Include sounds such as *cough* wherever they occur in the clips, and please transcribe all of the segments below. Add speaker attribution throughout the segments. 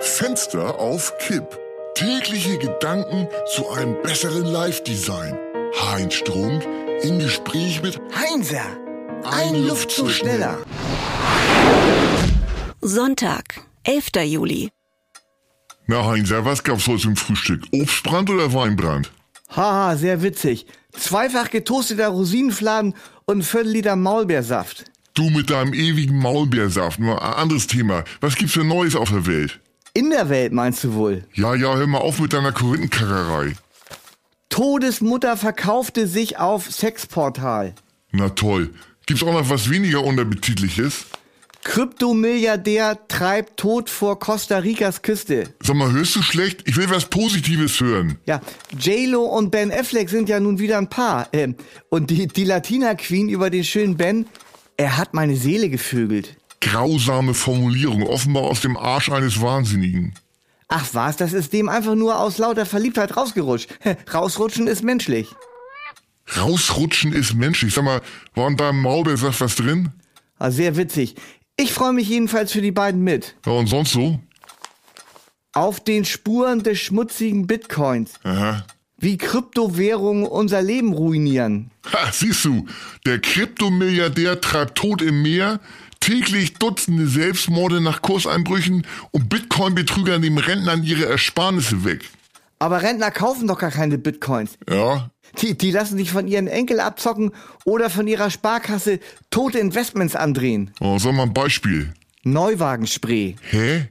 Speaker 1: Fenster auf Kipp. Tägliche Gedanken zu einem besseren Live-Design. Heinz Strunk im Gespräch mit
Speaker 2: Heinzer,
Speaker 1: Ein Luftzug schneller.
Speaker 3: Sonntag, 11. Juli.
Speaker 1: Na Heinzer, was gab's heute zum Frühstück? Obstbrand oder Weinbrand?
Speaker 2: Haha, sehr witzig. Zweifach getoasteter Rosinenfladen und ein Viertel Liter Maulbeersaft.
Speaker 1: Du mit deinem ewigen Maulbeersaft, nur ein anderes Thema. Was gibt's denn Neues auf der Welt?
Speaker 2: In der Welt meinst du wohl?
Speaker 1: Ja, ja, hör mal auf mit deiner Korinthenkackerei.
Speaker 2: Todesmutter verkaufte sich auf Sexportal.
Speaker 1: Na toll. Gibt's auch noch was weniger Unappetitliches?
Speaker 2: Kryptomilliardär treibt tot vor Costa Ricas Küste.
Speaker 1: Sag mal, hörst du schlecht? Ich will was Positives hören.
Speaker 2: Ja, J-Lo und Ben Affleck sind ja nun wieder ein Paar. Ähm, und die, die Latina-Queen über den schönen Ben, er hat meine Seele gevögelt.
Speaker 1: Grausame Formulierung, offenbar aus dem Arsch eines Wahnsinnigen.
Speaker 2: Ach was, das ist dem einfach nur aus lauter Verliebtheit rausgerutscht. Rausrutschen ist menschlich.
Speaker 1: Rausrutschen ist menschlich. Sag mal, war in deinem Maulbeersaft was drin?
Speaker 2: Ah, sehr witzig. Ich freue mich jedenfalls für die beiden mit.
Speaker 1: Ja, und sonst so?
Speaker 2: Auf den Spuren des schmutzigen Bitcoins.
Speaker 1: Aha.
Speaker 2: Wie Kryptowährungen unser Leben ruinieren.
Speaker 1: Ha, siehst du, der Kryptomilliardär treibt tot im Meer, täglich Dutzende Selbstmorde nach Kurseinbrüchen und Bitcoin-Betrüger nehmen Rentnern ihre Ersparnisse weg.
Speaker 2: Aber Rentner kaufen doch gar keine Bitcoins.
Speaker 1: Ja,
Speaker 2: Die, die lassen sich von ihren Enkel abzocken oder von ihrer Sparkasse tote Investments andrehen.
Speaker 1: oh, sag mal ein Beispiel.
Speaker 2: Neuwagenspray.
Speaker 1: Hä?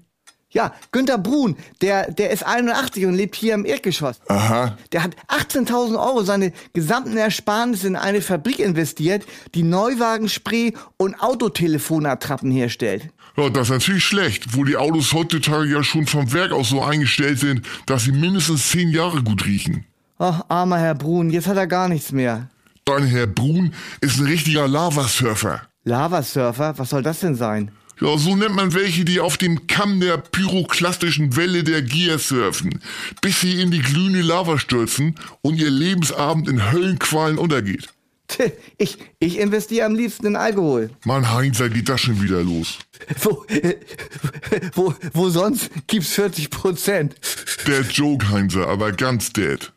Speaker 2: Ja, Günther Brun, der, der ist 81 und lebt hier im Erdgeschoss.
Speaker 1: Aha.
Speaker 2: Der hat 18.000 Euro seine gesamten Ersparnisse in eine Fabrik investiert, die Neuwagenspray und Autotelefonattrappen herstellt.
Speaker 1: Ja, das ist natürlich schlecht, wo die Autos heutzutage ja schon vom Werk aus so eingestellt sind, dass sie mindestens zehn Jahre gut riechen.
Speaker 2: Ach, armer Herr Brun, jetzt hat er gar nichts mehr.
Speaker 1: Dein Herr Brun ist ein richtiger Lavasurfer.
Speaker 2: Lavasurfer, was soll das denn sein?
Speaker 1: Ja, so nennt man welche, die auf dem Kamm der pyroklastischen Welle der Gier surfen, bis sie in die glühende Lava stürzen und ihr Lebensabend in Höllenqualen untergeht.
Speaker 2: Tch, Ich, ich investiere am liebsten in Alkohol. *laughs*
Speaker 1: Mann, Heinzer geht das schon wieder los.
Speaker 2: Wo, *laughs* wo, wo sonst gibt's 40 Prozent?
Speaker 1: Der Joke, Heinzer, aber ganz dead.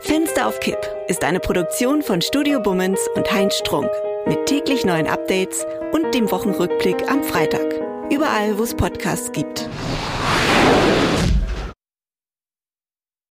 Speaker 3: Fenster auf Kipp ist eine Produktion von Studio Bummens und Heinz Strunk. Mit täglich neuen Updates und dem Wochenrückblick am Freitag. Überall, wo es Podcasts gibt.